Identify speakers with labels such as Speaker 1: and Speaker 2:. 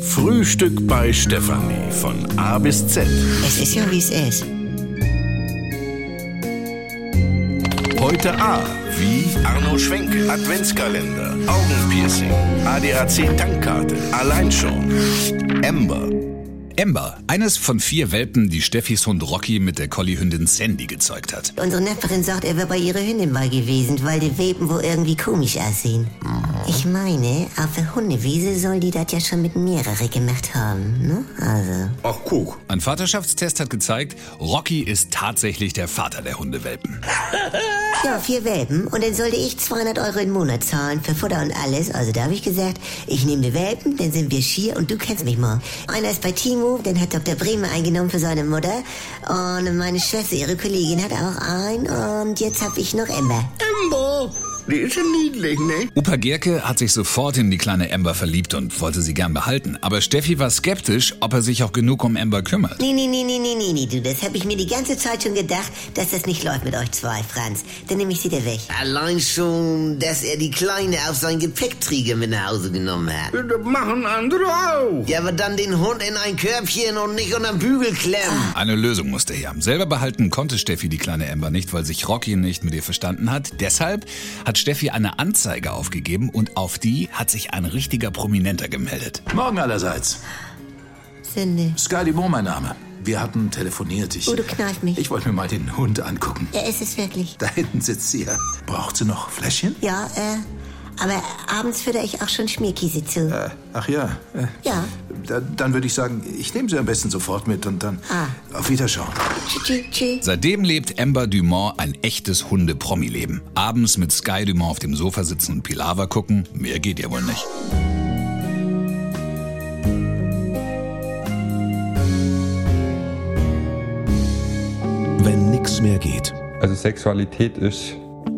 Speaker 1: Frühstück bei Stefanie von A bis Z.
Speaker 2: Es ist ja, wie es ist.
Speaker 1: Heute A wie Arno Schwenk, Adventskalender, Augenpiercing, ADAC-Tankkarte, Alleinschon, Amber,
Speaker 3: Amber, eines von vier Welpen, die Steffis Hund Rocky mit der Collie-Hündin Sandy gezeugt hat.
Speaker 2: Unsere Nachbarin sagt, er wäre bei ihrer Hündin mal gewesen, weil die Welpen wohl irgendwie komisch aussehen. Ich meine, auf der Hundewiese soll die das ja schon mit mehrere gemacht haben, ne? Also.
Speaker 4: Ach, guck.
Speaker 3: Ein Vaterschaftstest hat gezeigt, Rocky ist tatsächlich der Vater der Hundewelpen.
Speaker 2: Ja, vier Welpen. Und dann sollte ich 200 Euro im Monat zahlen für Futter und alles. Also da habe ich gesagt, ich nehme die Welpen, dann sind wir schier und du kennst mich mal. Einer ist bei Timo, den hat Dr. Bremer eingenommen für seine Mutter. Und meine Schwester, ihre Kollegin, hat auch einen. Und jetzt habe ich noch Ember.
Speaker 4: Amber, die ist ja niedlich, ne?
Speaker 3: Upa Gerke hat sich sofort in die kleine Amber verliebt und wollte sie gern behalten. Aber Steffi war skeptisch, ob er sich auch genug um Amber kümmert.
Speaker 2: Nee, nee, nee, nee, nee, nee, nee, du. Das habe ich mir die ganze Zeit schon gedacht, dass das nicht läuft mit euch zwei, Franz. Dann nehme ich sie dir weg.
Speaker 5: Allein schon, dass er die Kleine auf seinen Gepäckträger mit nach Hause genommen hat.
Speaker 4: Das machen andere auch.
Speaker 5: Ja, aber dann den Hund in ein Körbchen und nicht unter den Bügel klemmen.
Speaker 3: Eine Lösung musste her. Selber behalten konnte Steffi die kleine Amber nicht, weil sich Rocky nicht mit ihr verstanden hat. Deshalb hat Steffi eine Anzeige aufgegeben und auf die hat sich ein richtiger Prominenter gemeldet.
Speaker 6: Morgen allerseits.
Speaker 2: Sünde.
Speaker 6: Sky Dumont, mein Name. Wir hatten telefoniert. Ich,
Speaker 2: Oh, du knallst mich.
Speaker 6: Ich wollte mir mal den Hund angucken.
Speaker 2: Er ist es wirklich.
Speaker 6: Da hinten sitzt sie ja. Braucht sie noch Fläschchen?
Speaker 2: Ja, äh, aber abends fütter ich auch schon Schmierkiese zu.
Speaker 6: Äh, ach ja. Äh,
Speaker 2: Ja.
Speaker 6: Da, dann würde ich sagen, ich nehme sie am besten sofort mit und dann
Speaker 2: Ah.
Speaker 6: auf Wiederschauen.
Speaker 2: Tschü, tschü, tschü.
Speaker 3: Seitdem lebt Amber Dumont ein echtes Hunde-Promi-Leben. Abends mit Sky Dumont auf dem Sofa sitzen und Pilava gucken, mehr geht ihr wohl nicht.
Speaker 7: Wenn nix mehr geht.
Speaker 8: Also Sexualität ist